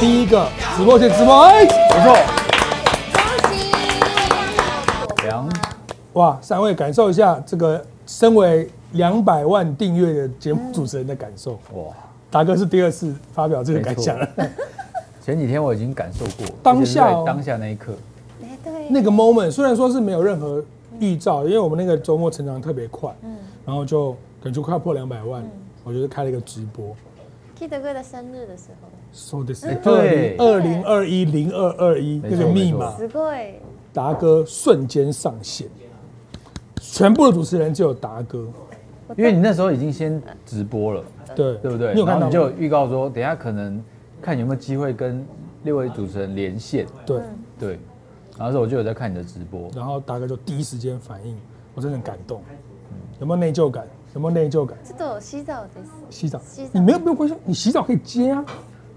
第一个直播间直播，哎，不错，恭喜！两哇！三位感受一下这个身为两百万订阅的节目主持人的感受。哇！达哥是第二次发表这个感想了，前几天我已经感受过，当下而且是哦在当下那一刻，哎，对， 那个 moment 虽然说是没有任何预兆，因为我们那个周末成长特别快，然后就感觉快要破两百万，我就是开了一个直播。 Kid 哥的生日的时候， So this 哎二 对零二零二一零二二一没那错个密码没错，すごい。达哥瞬间上线，全部的主持人只有达哥，因为你那时候已经先直播了，对对不对？你有然看后到你吗就预告说，等一下可能看有没有机会跟六位主持人连线，对，对。然后那时候我就有在看你的直播，然后达哥就第一时间反应，我真的很感动，嗯有没有内疚感？有没有内疚感？ちょっと洗澡です。洗澡洗，澡哎你没有没有关系，你洗澡可以接啊，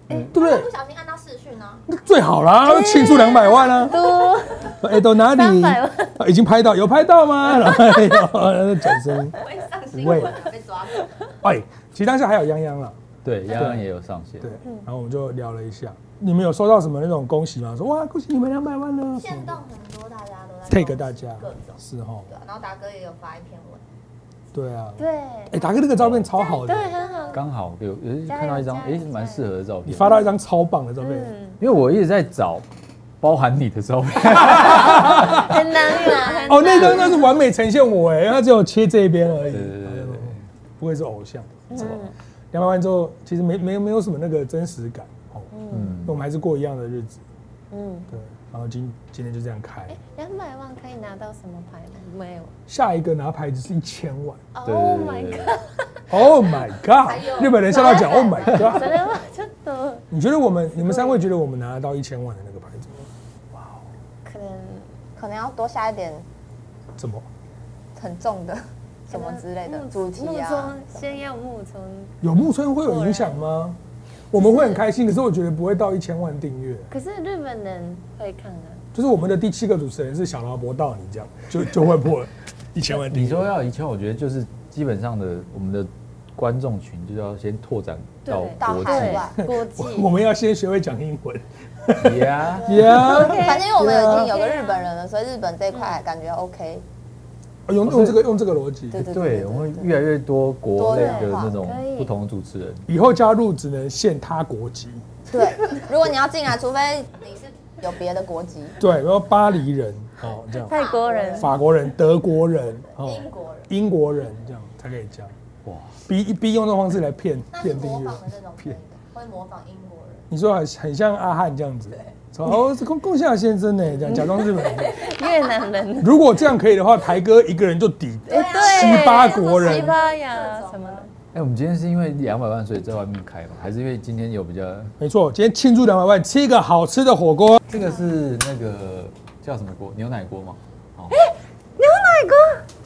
对不对不？小心按到视讯呢，那最好啦，庆祝两百万啊！多哎，到哪里300万？啊已经拍到，有拍到吗？ 然后哎呦，转身，会上新闻啊被抓过。哎，其实当下还有泱泱啦，对，洋洋也有上线，对，嗯然后我们就聊了一下。你们有收到什么那种恭喜吗？说哇，恭喜你们两百万了什现么的动很多，大家都在，take 大家各种，是哦，对啊，然后达哥也有发一篇文，对啊，对哎，达哥那个照片超好的对，，很好。刚好有有看到一张加哎油蛮适合的照片，你发到一张超棒的照片，嗯，因为我一直在找包含你的照片， 很难啦。嗯哦，那张那是完美呈现我哎，因为它只有切这一边而已，啊对对对对对不愧是偶像，两百万之后其实没没没有什么那个真实感哦，嗯，我们还是过一样的日子，嗯，对，然后今今天就这样开，两百万可以拿到什么牌吗？没有。下一个拿牌子是一千万对 Oh my 对对 god！对，Oh my 还 God，有日本人笑到讲 Oh my そ God，れはちょっと你觉得我们你们三位觉得我们拿得到一千万的那个牌子吗？可能可能要多下一点怎么？很重的什么之类的主题木啊，村先要木村，有木村会有影响吗？我们会很开心，可是我觉得不会到一千万订阅。可是日本人会看啊。就是我们的第七个主持人是小劳勃道尼，这样就就会破一千万订阅。你说要以前，我觉得就是基本上的我们的观众群就是要先拓展到对国海对外际，国际我我们要先学会讲英文。呀。 Yeah， OK 反正因为我们已经有个日本人了，所以日本这一块感觉 OK。用用这个用这个逻辑。对对对，我们越来越多国内的那种多元化不同的主持人，以后加入只能限他国籍。对，如果你要进来，除非你是有别的国籍，对，然后巴黎人哦这样，泰国人法国人、德国人哦，英国人，英国人这样才可以加。哇，逼逼用这种方式来骗那是骗模订阅仿。的那种可以的，会模仿英国人。你说很很像阿汉这样子，说哦是贡贡夏先生呢，这样假装日本人。越南人，如果这样可以的话，台哥一个人就抵哎西巴国人西班牙什么的，哎，我们今天是因为两百万所以在外面开嘛，还是因为今天有比较？没错，今天庆祝两百万，吃一个好吃的火锅。这个是那个叫什么锅？牛奶锅吗？哦，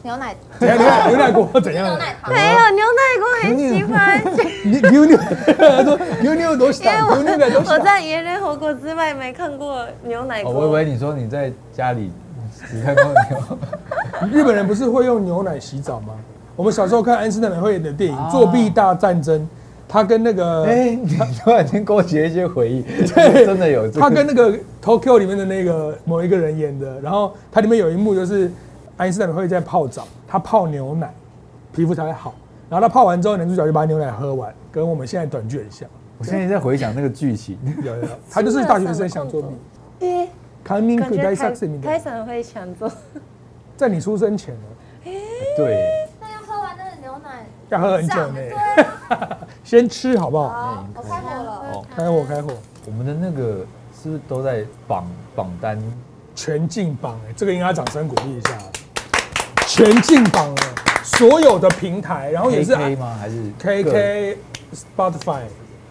牛奶怎样？牛奶牛奶锅怎样牛？奶糖，没有牛奶锅很喜欢，你牛牛，他说牛牛多少？牛牛的多少我？在野人火锅之外没看过牛奶哦我以锅。为你说你在家里 只看过牛，日本人不是会用牛奶洗澡吗？我们小时候看安室奈美惠演的电影啊《作弊大战争》，他跟那个 哎， 你突然间勾起了一些回忆，真的有这个，他跟那个《Tokyo》里面的那个某一个人演的，然后它里面有一幕就是安室奈美惠在泡澡，她泡牛奶，皮肤才会好。然后她泡完之后，男主角就把牛奶喝完，跟我们现在短剧很像。 我现在在回想那个剧情，有有，他就是大学生想作弊。哎康宁感可觉代泰萨克斯米泰的，森会想做，在你出生前呢，对。那要喝完那个牛奶，要喝很久上呢对， 先吃好不好？好，啊我开火了。哦，开火开火，我们的那个是不是都在榜榜单？全进榜哎，这个应该掌声鼓励一下。全进榜哎，所有的平台，然后哦也是啊 K 吗？还是个人 KK、Spotify、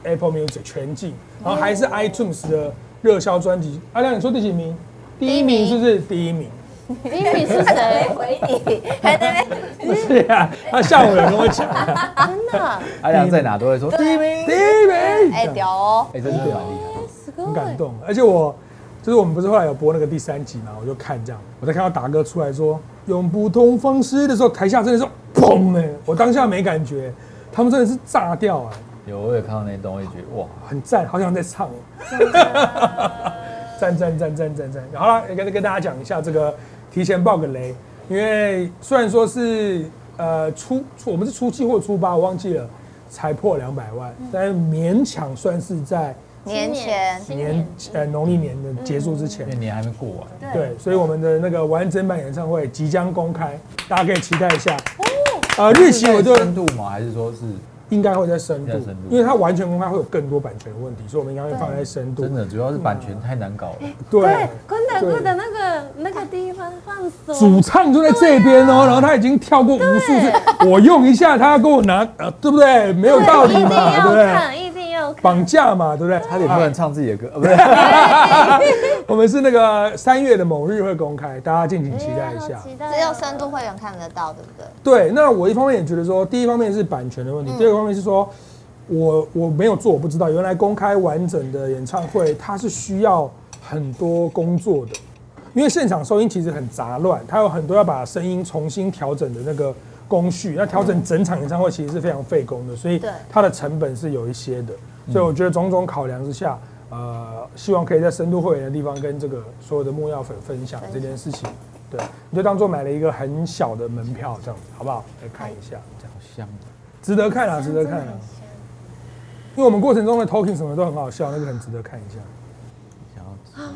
Apple Music 全进，然后还是 iTunes 的热销专辑。阿亮，你说第几名？第一名是不是第一名？ 你你是谁？回你，还在那边不是啊，他下午有跟我讲，啊 真的，阿良在哪都会说第一名，第一名， 哎屌哦！哎，真的蛮厉害。很すご感い。动。而且我就是我们不是后来有播那个第三集嘛，我就看这样，我在看到达哥出来说“永不同欸方式”的时候，台下真的是砰哎、我当下没感觉，他们真的是炸掉哎、有我有看到那东西，觉得哇，很赞，好想再唱哦。 赞赞赞赞赞赞！好了，也跟跟大家讲一下这个，提前爆个雷，因为虽然说是呃初初我们是初七或初八，我忘记了，才破两百万，但是勉强算是在年前新年呃农历年的结束之前因为。年还没过完，对，所以我们的那个完整版演唱会即将公开，大家可以期待一下。呃，日期我就在深度吗？还是说是应该会在深度在深，度因为它完全公开会有更多版权问题，所以我们应该会放在深度真。的？主要是版权太难搞了，对对，，昆德哥的那个那个地方放手，主唱就在这边哦，然后他已经跳过无数次，我用一下，他要给我拿，呃，对不对？没有道理一定嘛，对不要对？看，一定要看。绑架嘛，对不对？啊差点不能唱自己的歌，呃不是？嗯我们是那个三月的某日会公开，大家敬请期待一下。哎只有深度会员看得到，对不对？对，那我一方面也觉得说，第一方面是版权的问题，第二个方面是说，我我没有做，我不知道，原来公开完整的演唱会，它是需要很多工作的，因为现场收音其实很杂乱，它有很多要把声音重新调整的那个工序，那调整整场演唱会其实是非常费工的，所以对它的成本是有一些的，所以我觉得种种考量之下。呃，希望可以在深度会员的地方跟这个所有的木曜粉分享这件事情。对，你就当做买了一个很小的门票这样子，好不好？来看一下，这样好香，值得看啊，值得看哦啊。因为我们过程中的 talking 什么都很好笑，那个很值得看一下。想要哦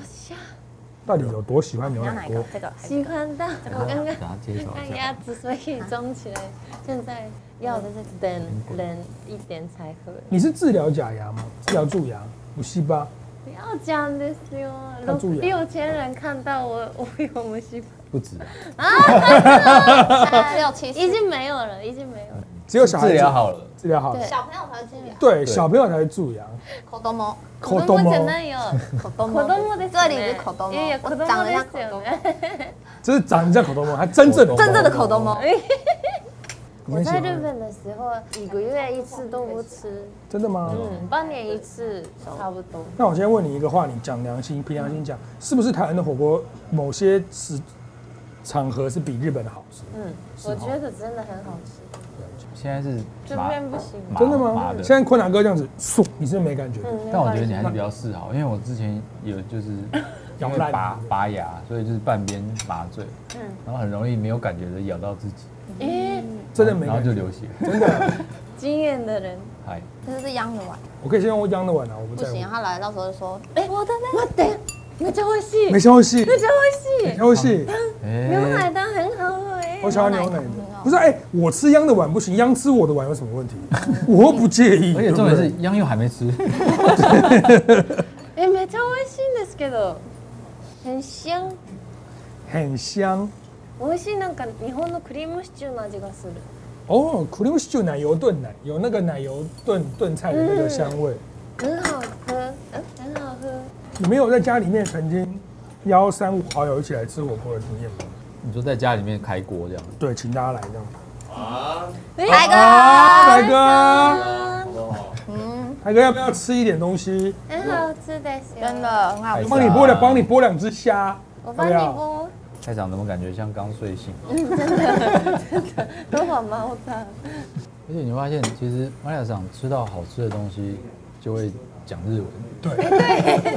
到底有多喜欢牛奶锅？这个喜欢到我刚刚大家介绍看一下鸭。子，所以装起来。现在哦要的是等冷一点才喝。你是治疗假牙吗？治疗蛀牙？五西巴？不要讲的哟，他蛀牙六千人看到我，我有没 喜欢？不止啊， 三六七已十，经没有了，已经没有了。只有小孩治子疗，好了，治疗好了。对小朋友才会注意啊。对，小朋友才会蛀牙。口多猫，子供じゃないよ。口多子供ですよ这ね。里是口多いやいや猫，子我供长得像口です多猫，よね。这是长得像口头猫，还真正的真正的口多猫。你我们喜在欢日本的时候，一个月一次都不吃，真的吗？嗯，半年一次差不多。那我先问你一个话，你讲良心，凭良心讲，是不是台湾的火锅某些时场合是比日本的好吃？嗯，我觉得真的很好吃，现在是这麻边不行。麻真的麻吗？的现在坤达哥这样子，嗖，你是不是没感觉？嗯，但我觉得你还是比较示好，因为我之前有就是 咬因为烂拔拔牙，所以就是半边麻醉，嗯然后很容易没有感觉的咬到自己，诶， 真的没然后感就觉。流血。经验的人，嗨，可是是央的碗，我可以先用央的碗啊，我不不在乎行，。他来到时候就说哎，我的那个，等，那叫会戏，没消息，那叫会没戏，消息，牛哎，奶汤很好喝哎我。想要牛牛奶奶的糖很好不是，哎，我吃央的碗不行，央吃我的碗有什么问题？我又不介意。而且重对点不对是央又还没吃， 哎，めっちゃ美味しいんですけど、很香。很香美味しいなんか日本のクリームシチューの味がする。哦，cream stew 奶油炖奶，有那个奶油炖炖菜的那个香味。很好喝，嗯，很好喝。你没有在家里面曾经邀三五好友一起来吃火锅的经验吗？你说在家里面开锅这样，对，请大家来这样。来哎，个，大哥，嗯，大哥要不要吃一点东西？很好吃的，真。的很好太吃。帮你剥两，帮你剥两只虾。我帮你剥。开场怎么感觉像刚睡醒？都好猫的。而且你发现，其实玛利亚长吃到好吃的东西就会讲日文，对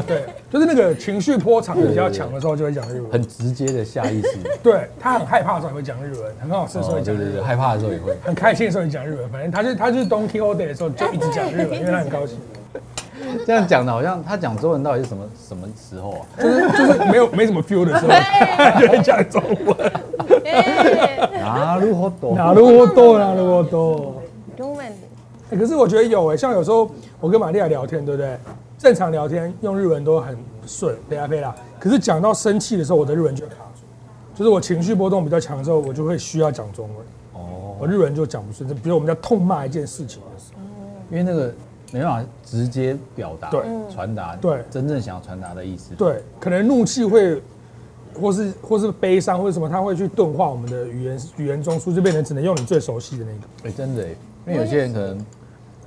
对，就是那个情绪波长比较强的时候就会讲日文，很直接的下 意识。对他很害怕的时候也会讲日文，很好吃的时候哦也讲对对日对，文，害怕的时候也会。很开心的时候也讲日文，反正他就他就是 Donkey o d a y 的时候就一直讲日文，因为他很高兴，这样讲的好像他讲中文到底是什么什么时候啊？就是就是没有没什么 feel 的时候，他就会讲中文。哎，啊，如何懂？哪路我多哪路我多。中文。欸可是我觉得有哎、像有时候我跟玛利亚聊天，对不对？正常聊天用日文都很顺，飞啦飞啦。可是讲到生气的时候，我的日文就会卡住，就是我情绪波动比较强的时候，我就会需要讲中文，哦，我日文就讲不顺。比如我们在痛骂一件事情的时候，因为那个没办法直接表达，对传达对真正想要传达的意思。，对，可能怒气会，或是或是悲伤或者什么，它会去钝化我们的语言语言中枢，就变成只能用你最熟悉的那个哎，真的耶，因为有些人可能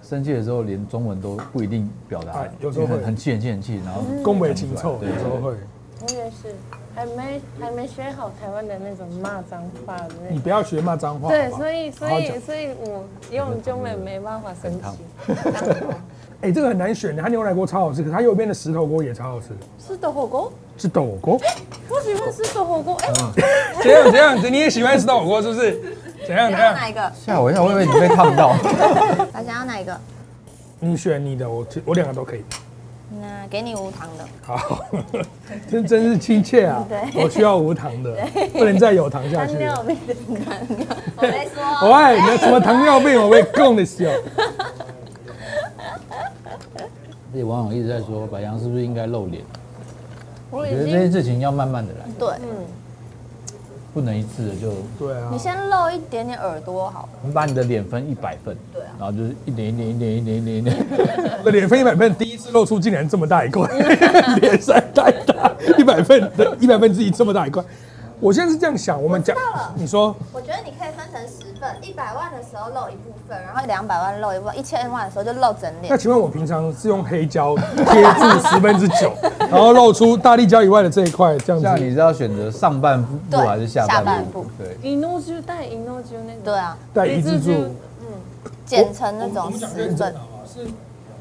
生气的时候连中文都不一定表达啊，有时候会因为很很气很气很气，然后恭维讲情不出来凑，有时候会。哎，我也是，还没还没学好台湾的那种骂脏话的那你种。不要学骂脏话。对，好不好所以所好好以讲所以我用中文没办法生气，哎，这个很难选，它牛奶锅超好吃，可它右边的石头锅也超好吃，吃的火锅，是豆锅。我喜欢吃的火锅。哎， 怎样怎样？你也喜欢吃豆锅是不是？怎样怎想要样？哪一个？吓我一跳，我以为你被烫 到。他想要哪一个？你选你的，我我两个都可以。那给你无糖的。 好，真真是亲切啊！我需要无糖的，不能再有糖下去糖了。尿病的我没说哦。喂，你有什么糖尿病？我会供哦的笑。而且网友一直在说，白羊是不是应该露脸？啊我我已觉得这经件事情要慢慢的来，对，不能一次的就，对啊嗯你，先露一点点耳朵好了。你把你的脸分一百份，对啊，然后就是一点一点一点一点一点一点， 那脸分一百份，第一次露出竟然这么大一 块，脸实在太大，一百份的一百分之一这么大一块。我现在是这样想，我们讲我知道了，你说我觉得你可以分成十份，一百万的时候露一部分，然后两百万露一部分，一千万的时候就露整那脸。请问我平常是用黑胶贴住十分之九，然后露出大力胶以外的这一块，这样像子你是要选择上半部对还是下下半半部部？对，一诺就带一诺就那种。对啊，带一字柱。剪成那种十份。是，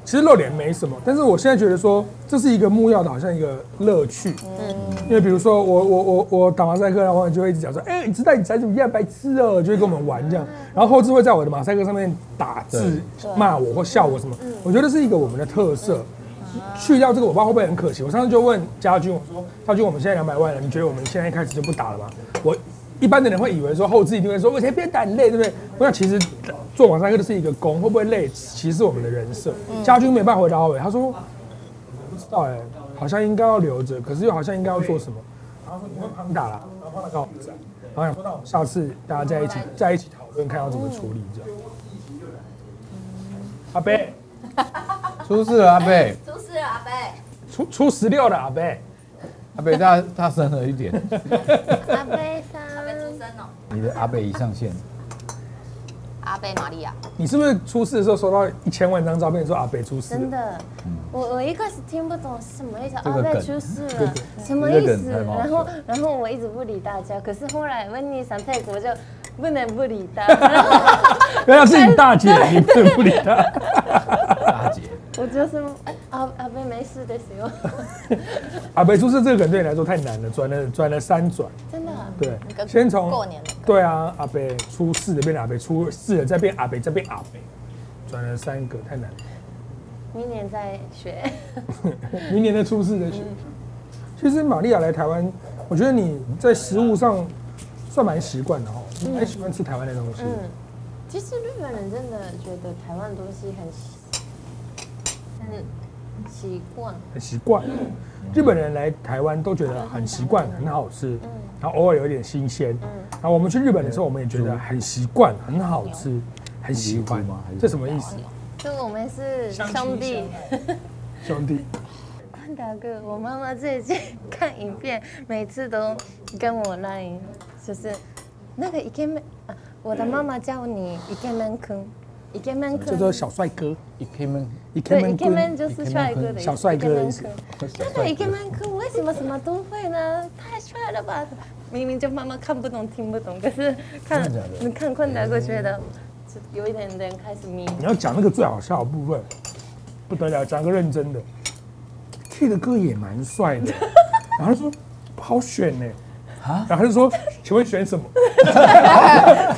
其实露脸没什么，但是我现在觉得说这是一个木曜的好像一个乐趣，因为比如说我我我我打马赛克，然后我就会一直讲说，哎、你知道你才怎么样，白痴哦、就会跟我们玩这样，然后后置会在我的马赛克上面打字骂我或笑我什么，我觉得是一个我们的特色。去掉这个，我不知道会不会很可惜。我上次就问家军，我说：“家军，我们现在两百万了，你觉得我们现在一开始就不打了吗？”我一般的人会以为说后置一定会说：“哦我才不要打，你累，对不对？”我想其实做网上课就是一个功，会不会累，其实是我们的人设。家军没办法回答我，他说：“哦不知道哎、好像应该要留着，可是又好像应该要做什么。”然后说：“你会帮你打啦。”然后帮他告我不在，然后想说：“那我们下次大家在一起在一起讨论，看要怎么处理这样。”阿贝出事了，阿贝，出事了，阿贝。出出十六的阿贝。阿贝大大声了一点， 阿贝桑，阿贝出生哦。你的阿贝一上线，阿贝玛利亚。你是不是出事的时候收到一千万张照片，说阿北出事？真，的，我我一开始听不懂是什么意思，嗯这个阿贝梗出事了，什么意这个思？梗太好笑然后然后我一直不理大家，可是后来温妮上泰国就不能不理他， 原来啊是你大姐，你不能不理她。大 姐，我就是哎阿阿贝没事的时候，阿北出事这个梗对你来说太难了，转了转了三转， 真的啊、对一个，先从过年的对啊，阿北出事的变阿北出事了，再变阿北，再变阿北，转了三个太难了。明年再 学。明年的出事的事。其实玛利亚来台湾，我觉得你在食物上算蛮习惯的哦，你还喜欢吃台湾的东西。嗯，其实日本人真的觉得台湾东西很习很习惯，很习惯。日本人来台湾都觉得很习惯，很好吃，嗯然后偶尔有一点新鲜。然后我们去日本的时候，我们也觉得很习惯，很好吃，很喜欢牛吗还。是这什么意思？就我们是兄相弟亲。兄弟， 大哥，我妈妈最近看影片，每次都跟我 line，就是那个イケメン啊，我的妈妈叫你イケメン君，イケメン叫做君，小帅哥，一 K 们，一 k 对，门イケメン棍。就是帅哥的意思，小帅哥的意思イケメン君。那个イケメン君为什么什么都会呢？太帅了吧！明明就妈妈看不懂、听不懂，可是看真的假的你看坤达哥觉得，嗯就有一点点开始迷。你要讲那个最好笑的部分，不得了，讲个认真的。K 的歌也蛮帅的，然后他说不好选呢，啊然后他就说请问选什么？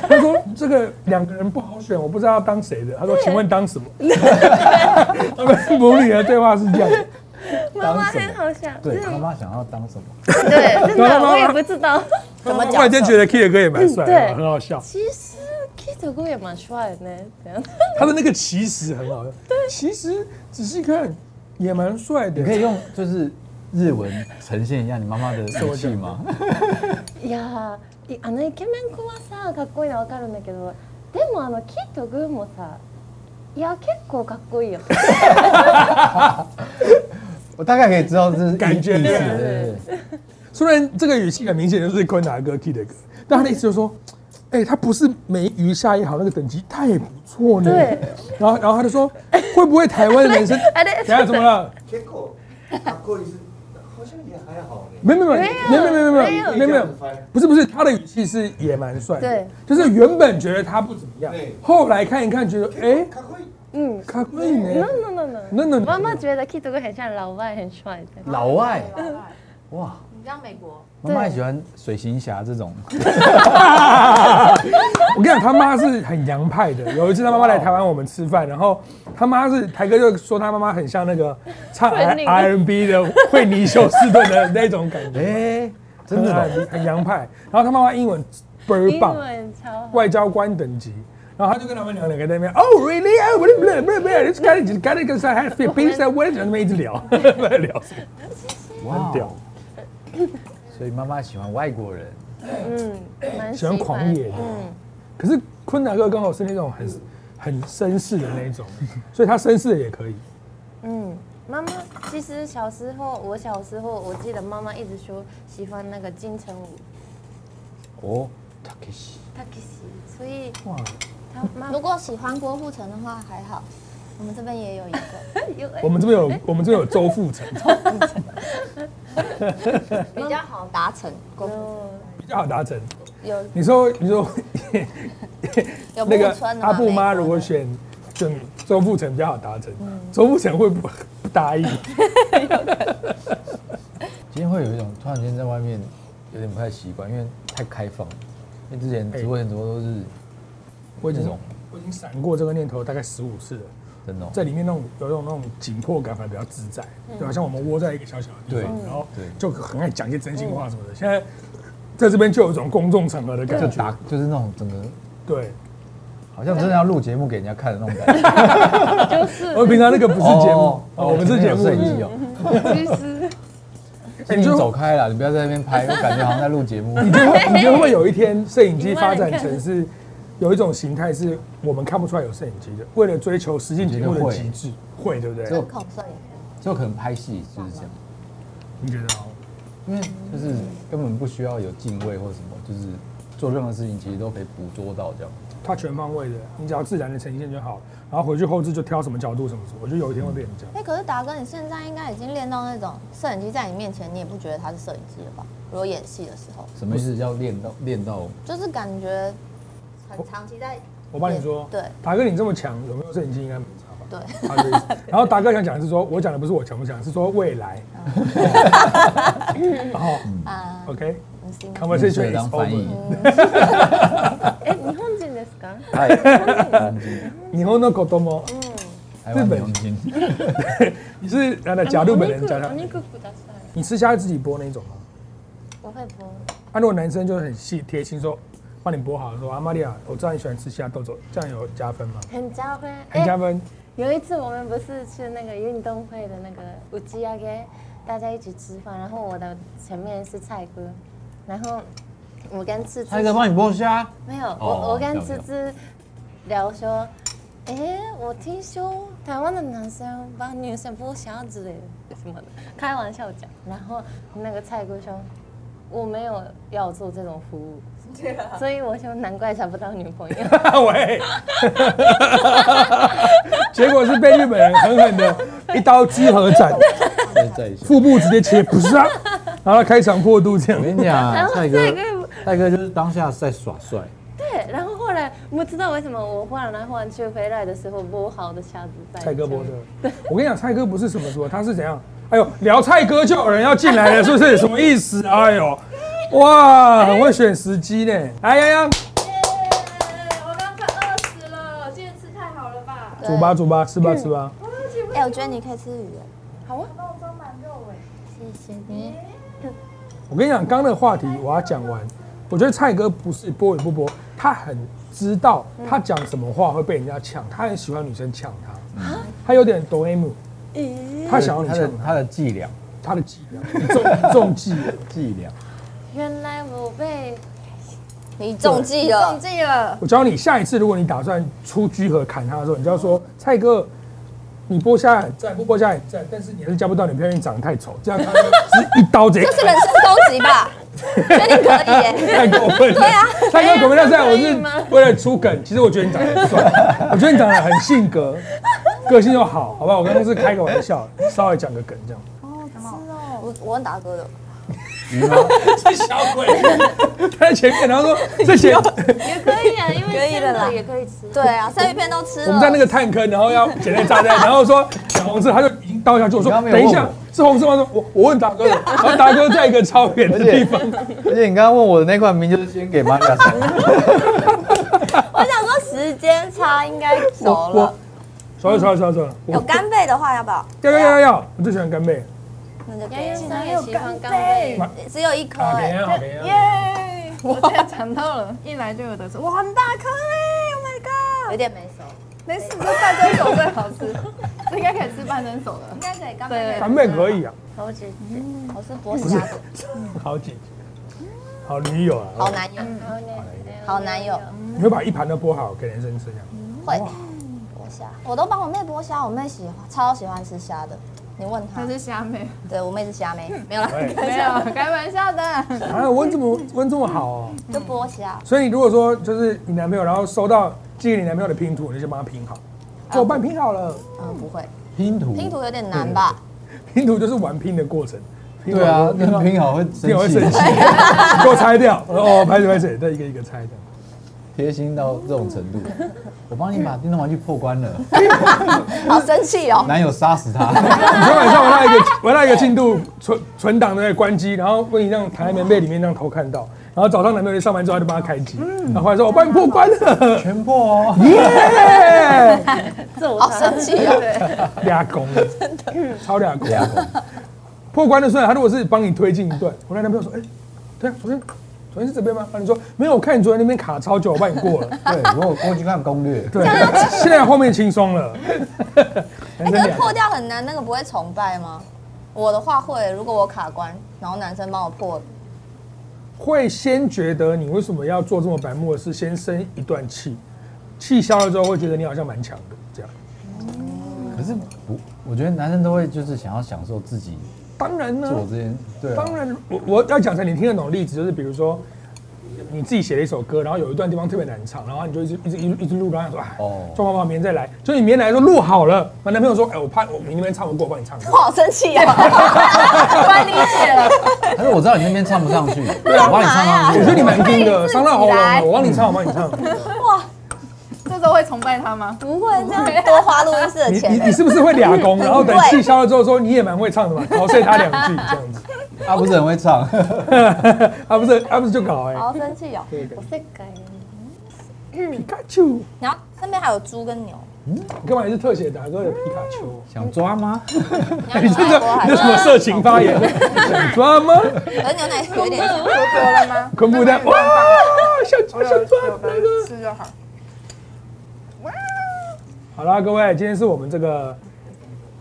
他说这个两个人不好选，我不知道要当谁的。他说请问当什么？他们母女的对话是这样的，妈当妈什么很好笑，对就是他妈想要当什么？对，真妈的妈我也不知道。怎么突然讲？间觉得 K 的歌也蛮帅的，嗯对很好笑。其实 Kid 哥也蛮帅的呢，这样。他的那个其实很好笑，其实仔细看也蛮帅你可的。以用就是日文呈现一下你妈妈的语气吗？ いやーいあのイケメン君はさかっこいいのはわかるんだけどでもあのキッドグーもさいや結構かっこいいよ我大概可以知道这 是感觉意思，对对对对，虽然这个语气很明显就是昆达哥 K 的歌，但他的意思就是说，哎、他不是没余下一行那个等级，他也不错呢。对。哎然后，然后他就 说，会不会台湾的男生？あれ等一下怎么了？結構かっこいいです。好像也还好呢。没有没有没有没有没有没有没没有没有这样子，翻不是不是，他的语气是也蛮帅的，对，就是原本觉得他不怎么样对，后来看一看觉得哎，看会嗯卡酷い呢， ，no no no no，那那妈妈觉得 Kid 哥很像老外，很帅的。老外外哇，你知道美国？妈妈也喜欢水行侠这种，我跟你讲，他妈是很洋派的。有一次他妈妈来台湾，我们吃饭，然后他妈是台哥就说他妈妈很像那个唱惠 R 妮 R&B 的惠尼休斯顿的那种感觉，哎，真的哦，很很洋派。然后他妈妈英文倍儿英棒，文超好，外交官等级。然后他就跟他们两两个在那边，哦，really，哦，不是不是不是不是，赶紧赶紧跟上海菲宾在外在那边一直聊，不知道在聊什么，哇很屌，所以妈妈喜欢外国人，嗯，蛮喜欢狂野的。嗯，可是坤达哥刚好是那种很很绅士的那种，所以他绅士的也可以。嗯，妈妈，其实小时候，我小时候，我记得妈妈一直说喜欢那个金城武哦 t a k e s Takeshi，所以哇，他妈如妈果喜欢郭富城的话还好，我们这边也有一个有哎我们这边有我们这边有周富 成，比较好达成郭富城有比较好达成。有你说你说有那个木村的啊嘛阿布妈美国的嗯如果选选周富成比较好达成，周富成会不不答 应？今天会有一种突然间在外面有点不太习惯，因为太开放了，因为之前哎直播很多都是我已这经种我已经闪过这个念头大概十五次了，真的哦，在里面那种有一种那种紧迫感反而比较自在，嗯就好像我们窝在一个小小的地方，对然后对就很爱讲一些真心话什么嗯的。现在在这边就有一种公众场合的感就觉，打就是那种整个对。好像真的要录节目给人家看的那种感觉，我们平常那个不是节目，哦哦我们是节目嗯摄影机哦，其实哎你你就走开了，你不要在那边拍，我感觉好像在录节目。你觉得会你觉得会不会有一天摄影机发展成是有一种形态是我们看不出来有摄影机的？为了追求实境节目的极致，会对不对就？孔摄影，就可能拍戏就是这样，你觉得哦？因为就是根本不需要有敬畏或什么，就是做任何事情其实都可以捕捉到这样。它全方位的，你只要自然的呈现就好了。然后回去后置就挑什么角度什么什么，我觉得有一天会变成这样。哎、可是达哥，你现在应该已经练到那种摄影机在你面前，你也不觉得它是摄影机了吧？如果演戏的时候，什么意思？要练到练到就是感觉很长期在我帮你说，对达哥你这么强，有没有摄影机应该没差吧？对，他的意思。然后达哥想讲的是说，我讲的不是我强不强，是说未来。 好啊， ，OK，conversation 嗯是吗 is 当翻 over 译。。え日本人ですか？嗨，东京，日本の子供。台湾的东京， 你是来来假日本人加お上，肉ください。你吃虾自己剥那一种吗？我会播，啊，如果男生就很细贴心说，帮你剥好，说啊，玛利亚，我知道你喜欢吃虾豆豆，这样有加分吗？很加分，很加哎分， 有一次我们不是去那个运动会的那个乌鸡亚给大家一起吃饭，然后我的前面是蔡哥，然后我跟芝芝他在帮你剥虾，没有，哦我我跟了解芝芝聊说，哎、我听说台湾的男生把女生剥虾子嘞什么的，开玩笑讲，然后那个蔡哥说。我没有要做这种 服务，啊所以我就难怪找不到女朋友。喂， 结果是被日本人狠狠的一刀击合斩，再再一下。腹部直接切，不是啊，然后他开肠破肚这我样，跟你 讲，蔡蔡哥哥，蔡哥就是当下在耍帅，对，然后后来不知道为什么我换来换去回来的时候剥好的虾子在蔡哥剥哎的。我跟你讲，蔡哥不是什么什么，他是怎样？哎呦，聊蔡哥就有人要进来了，是 不是？什么意思？哎呦，哇，很会选时机呢。来，洋洋。我刚快饿死了，今天吃太好了吧？嗯煮吧煮吧，吃吧吃吧。哎、我觉得你可以吃鱼，好啊，帮我装满肉哎。谢谢你。我跟你讲，刚刚的话题我要讲完。我觉得蔡哥不是播与不播，他很知道嗯他讲什么话会被人家抢，他很喜欢女生抢他，嗯他有点哆 M，他想要你他抢的他，他的伎俩，他的伎俩，中中计了。伎俩，原来我被你中计了，记了，我教你，下一次如果你打算出居合砍他的时候，你就要说蔡哥。你剥虾很赞，不剥虾很赞，但是你还是交不到女朋友，因为你长得太丑，这样他就是一刀直接这是人身攻击 吧？觉得你可以耶，太过分了。对啊，蔡哥口味大赛，我是为了出梗。其实我觉得你长得很帅，我觉得你长得很性格，个性又好，好吧？我刚刚是开个玩笑，稍微讲个梗这样。我我问达哥的，鱼吗？这小鬼， 他在前面，然后说这些也可以啊，因为可以了生啦的也可以吃。对啊，生鱼片都吃了。我们在那个炭坑，然后要捡那炸弹，然后说小红色，他就已经倒下去。我说你刚刚没有等一问下我，是红色吗？说我我问达哥的，然后达哥在一个超远的地方，而且你刚刚问我的那块名就是先给玛利亚吃，我想说时间差应该我熟我了。算了算了算了算了，有我干贝的话要不要？要要要要，我最喜欢干贝，那就杨给洋你。生也喜欢干贝，只有一颗好哎、甜啊好甜啊，耶！我这抢到了，一来就有得吃，哇，很大颗哎！Oh my god！有点没熟。没事，这半蒸手最好吃，这应该可以吃半蒸手了应。该可以，干对贝可干贝可以啊，好以。几我是博士家族，好几好女友啊嗯好，男友，好呢，好男友你会把一盘都剥好给人生吃啊？会剥虾，我都帮我妹剥虾，我妹喜欢，超喜欢吃虾的。你问她它，是虾妹，对我妹嗯是虾妹，没有啦，哎没有开玩笑的。啊，温这么温这么好哦， 就剥虾。所以你如果说就是你男朋友，然后收到寄给你男朋友的拼图，你就帮他拼好，啊做半拼好了，嗯，不会，拼图，拼图有点难吧？拼图就是玩拼的过程。拼好对啊，拼那好拼好会你会生生 气气，，给我拆掉。哦，拍手拍手，再一个一个拆掉。贴心到这 种程度，我帮你把电动玩具破关了， 好生气哦！男友杀死他， 你昨天晚上玩到一个玩到一个进度存存档的关机，然后被你这样躺在棉被里面这样偷看到，然后早上男朋友上班之后他就帮他开机，然后后来说我帮你破关了，全破哦。耶，好生气哦！俩公， 超俩公。破关的时候，他如果是帮你推进一段，我那男朋友说，哎，对啊，昨天昨天是这边吗？啊，你说没有，我看你昨天那边卡超久，我帮你过了。对，我有过去看攻略，对，现在后面轻松了。男哎，生可是俩破掉很难，那个不会崇拜吗？我的话会，如果我卡关，然后男生帮我破，会先觉得你为什么要做这么白目的事，先生一段气，气消了之后会觉得你好像蛮强的，这样。可是不，我觉得男生都会就是想要享受自己当然呢，做这件，对啊，当然，我我要讲成你听得懂的例子，就是比如说你自己写了一首歌，然后有一段地方特别难唱，然后你就一直一直一直一直录，然后想说哎，哦状况不好，明天再来。就你明天来说录好了，完男朋友说，哎，我哦怕我明天唱不过，我帮你 唱。我好生气哦！ 关理解了，他说我知道你那边唱不上去，我帮你唱上啊我去。觉得你蛮硬 的，伤到喉咙了，我帮你唱，我帮你唱。 这时候会崇拜他吗？不会这样多花录音室的你钱你你是不是会俩 功？然后等对气消了之后说你也蛮会唱的嘛，考碎他两句这样子。他不是很会唱，啊不是啊不是就搞 哎、好生气哦！おせっかい。皮卡丘，你然后 身边还有猪跟牛，干嘛也是特写达哥的皮卡丘？想抓吗？你 要你牛这奶个多还你这是什？么色情发言？想抓吗？可是牛奶有一点 像，喝多了吗？恐怖的哇！想抓想抓达哥。吃就好。好啦，各位，今天是我们这个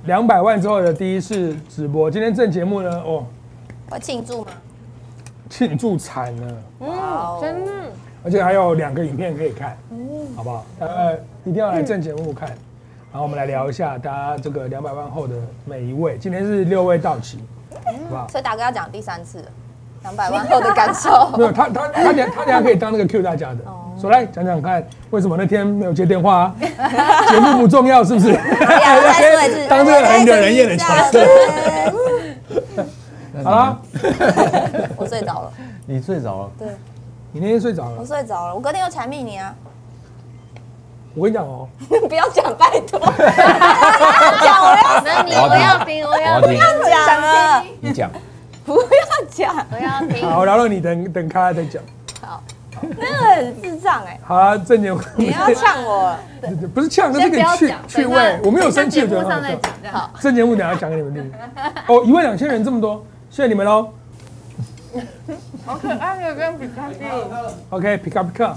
两百万之后的第一次直播。今天正节目呢，哦，会庆祝吗？庆祝惨了，嗯，真的。而且还有两个影片可以看，好不好？大家一定要来正节目看。然后我们来聊一下大家这个两百万后的每一位。今天是六位到齐，好不好？所以大哥要讲第三次了，两百万后的 。感受哦没有，他他他等下他等下可以当那个 Q 大家的，说来讲讲看，为什么那天没有接电话、啊？ 节目不重要是 不是？哎呀哎 再说一次哎当这个很惹人厌的角色。好啦， 我睡着了，你睡着了，你那天睡着我了，睡着了，我隔天又缠密你啊！ 我跟你讲哦，不要讲，拜 托，不要讲，我要那你我要听，我我要要听讲了，你讲，不要讲，我要听。好，然后你等 等开再讲。那个很智障哎，好啦，正经，你要呛我了， 不是 呛，这是不个要趣讲，趣等味下，我没有 生气，我等觉下得节目上再很好笑。讲，这样正节目等下讲给你们听。哦，一万两千人这么多，谢谢你们喽。哦好可爱的跟比卡丘。 OK，皮卡皮卡，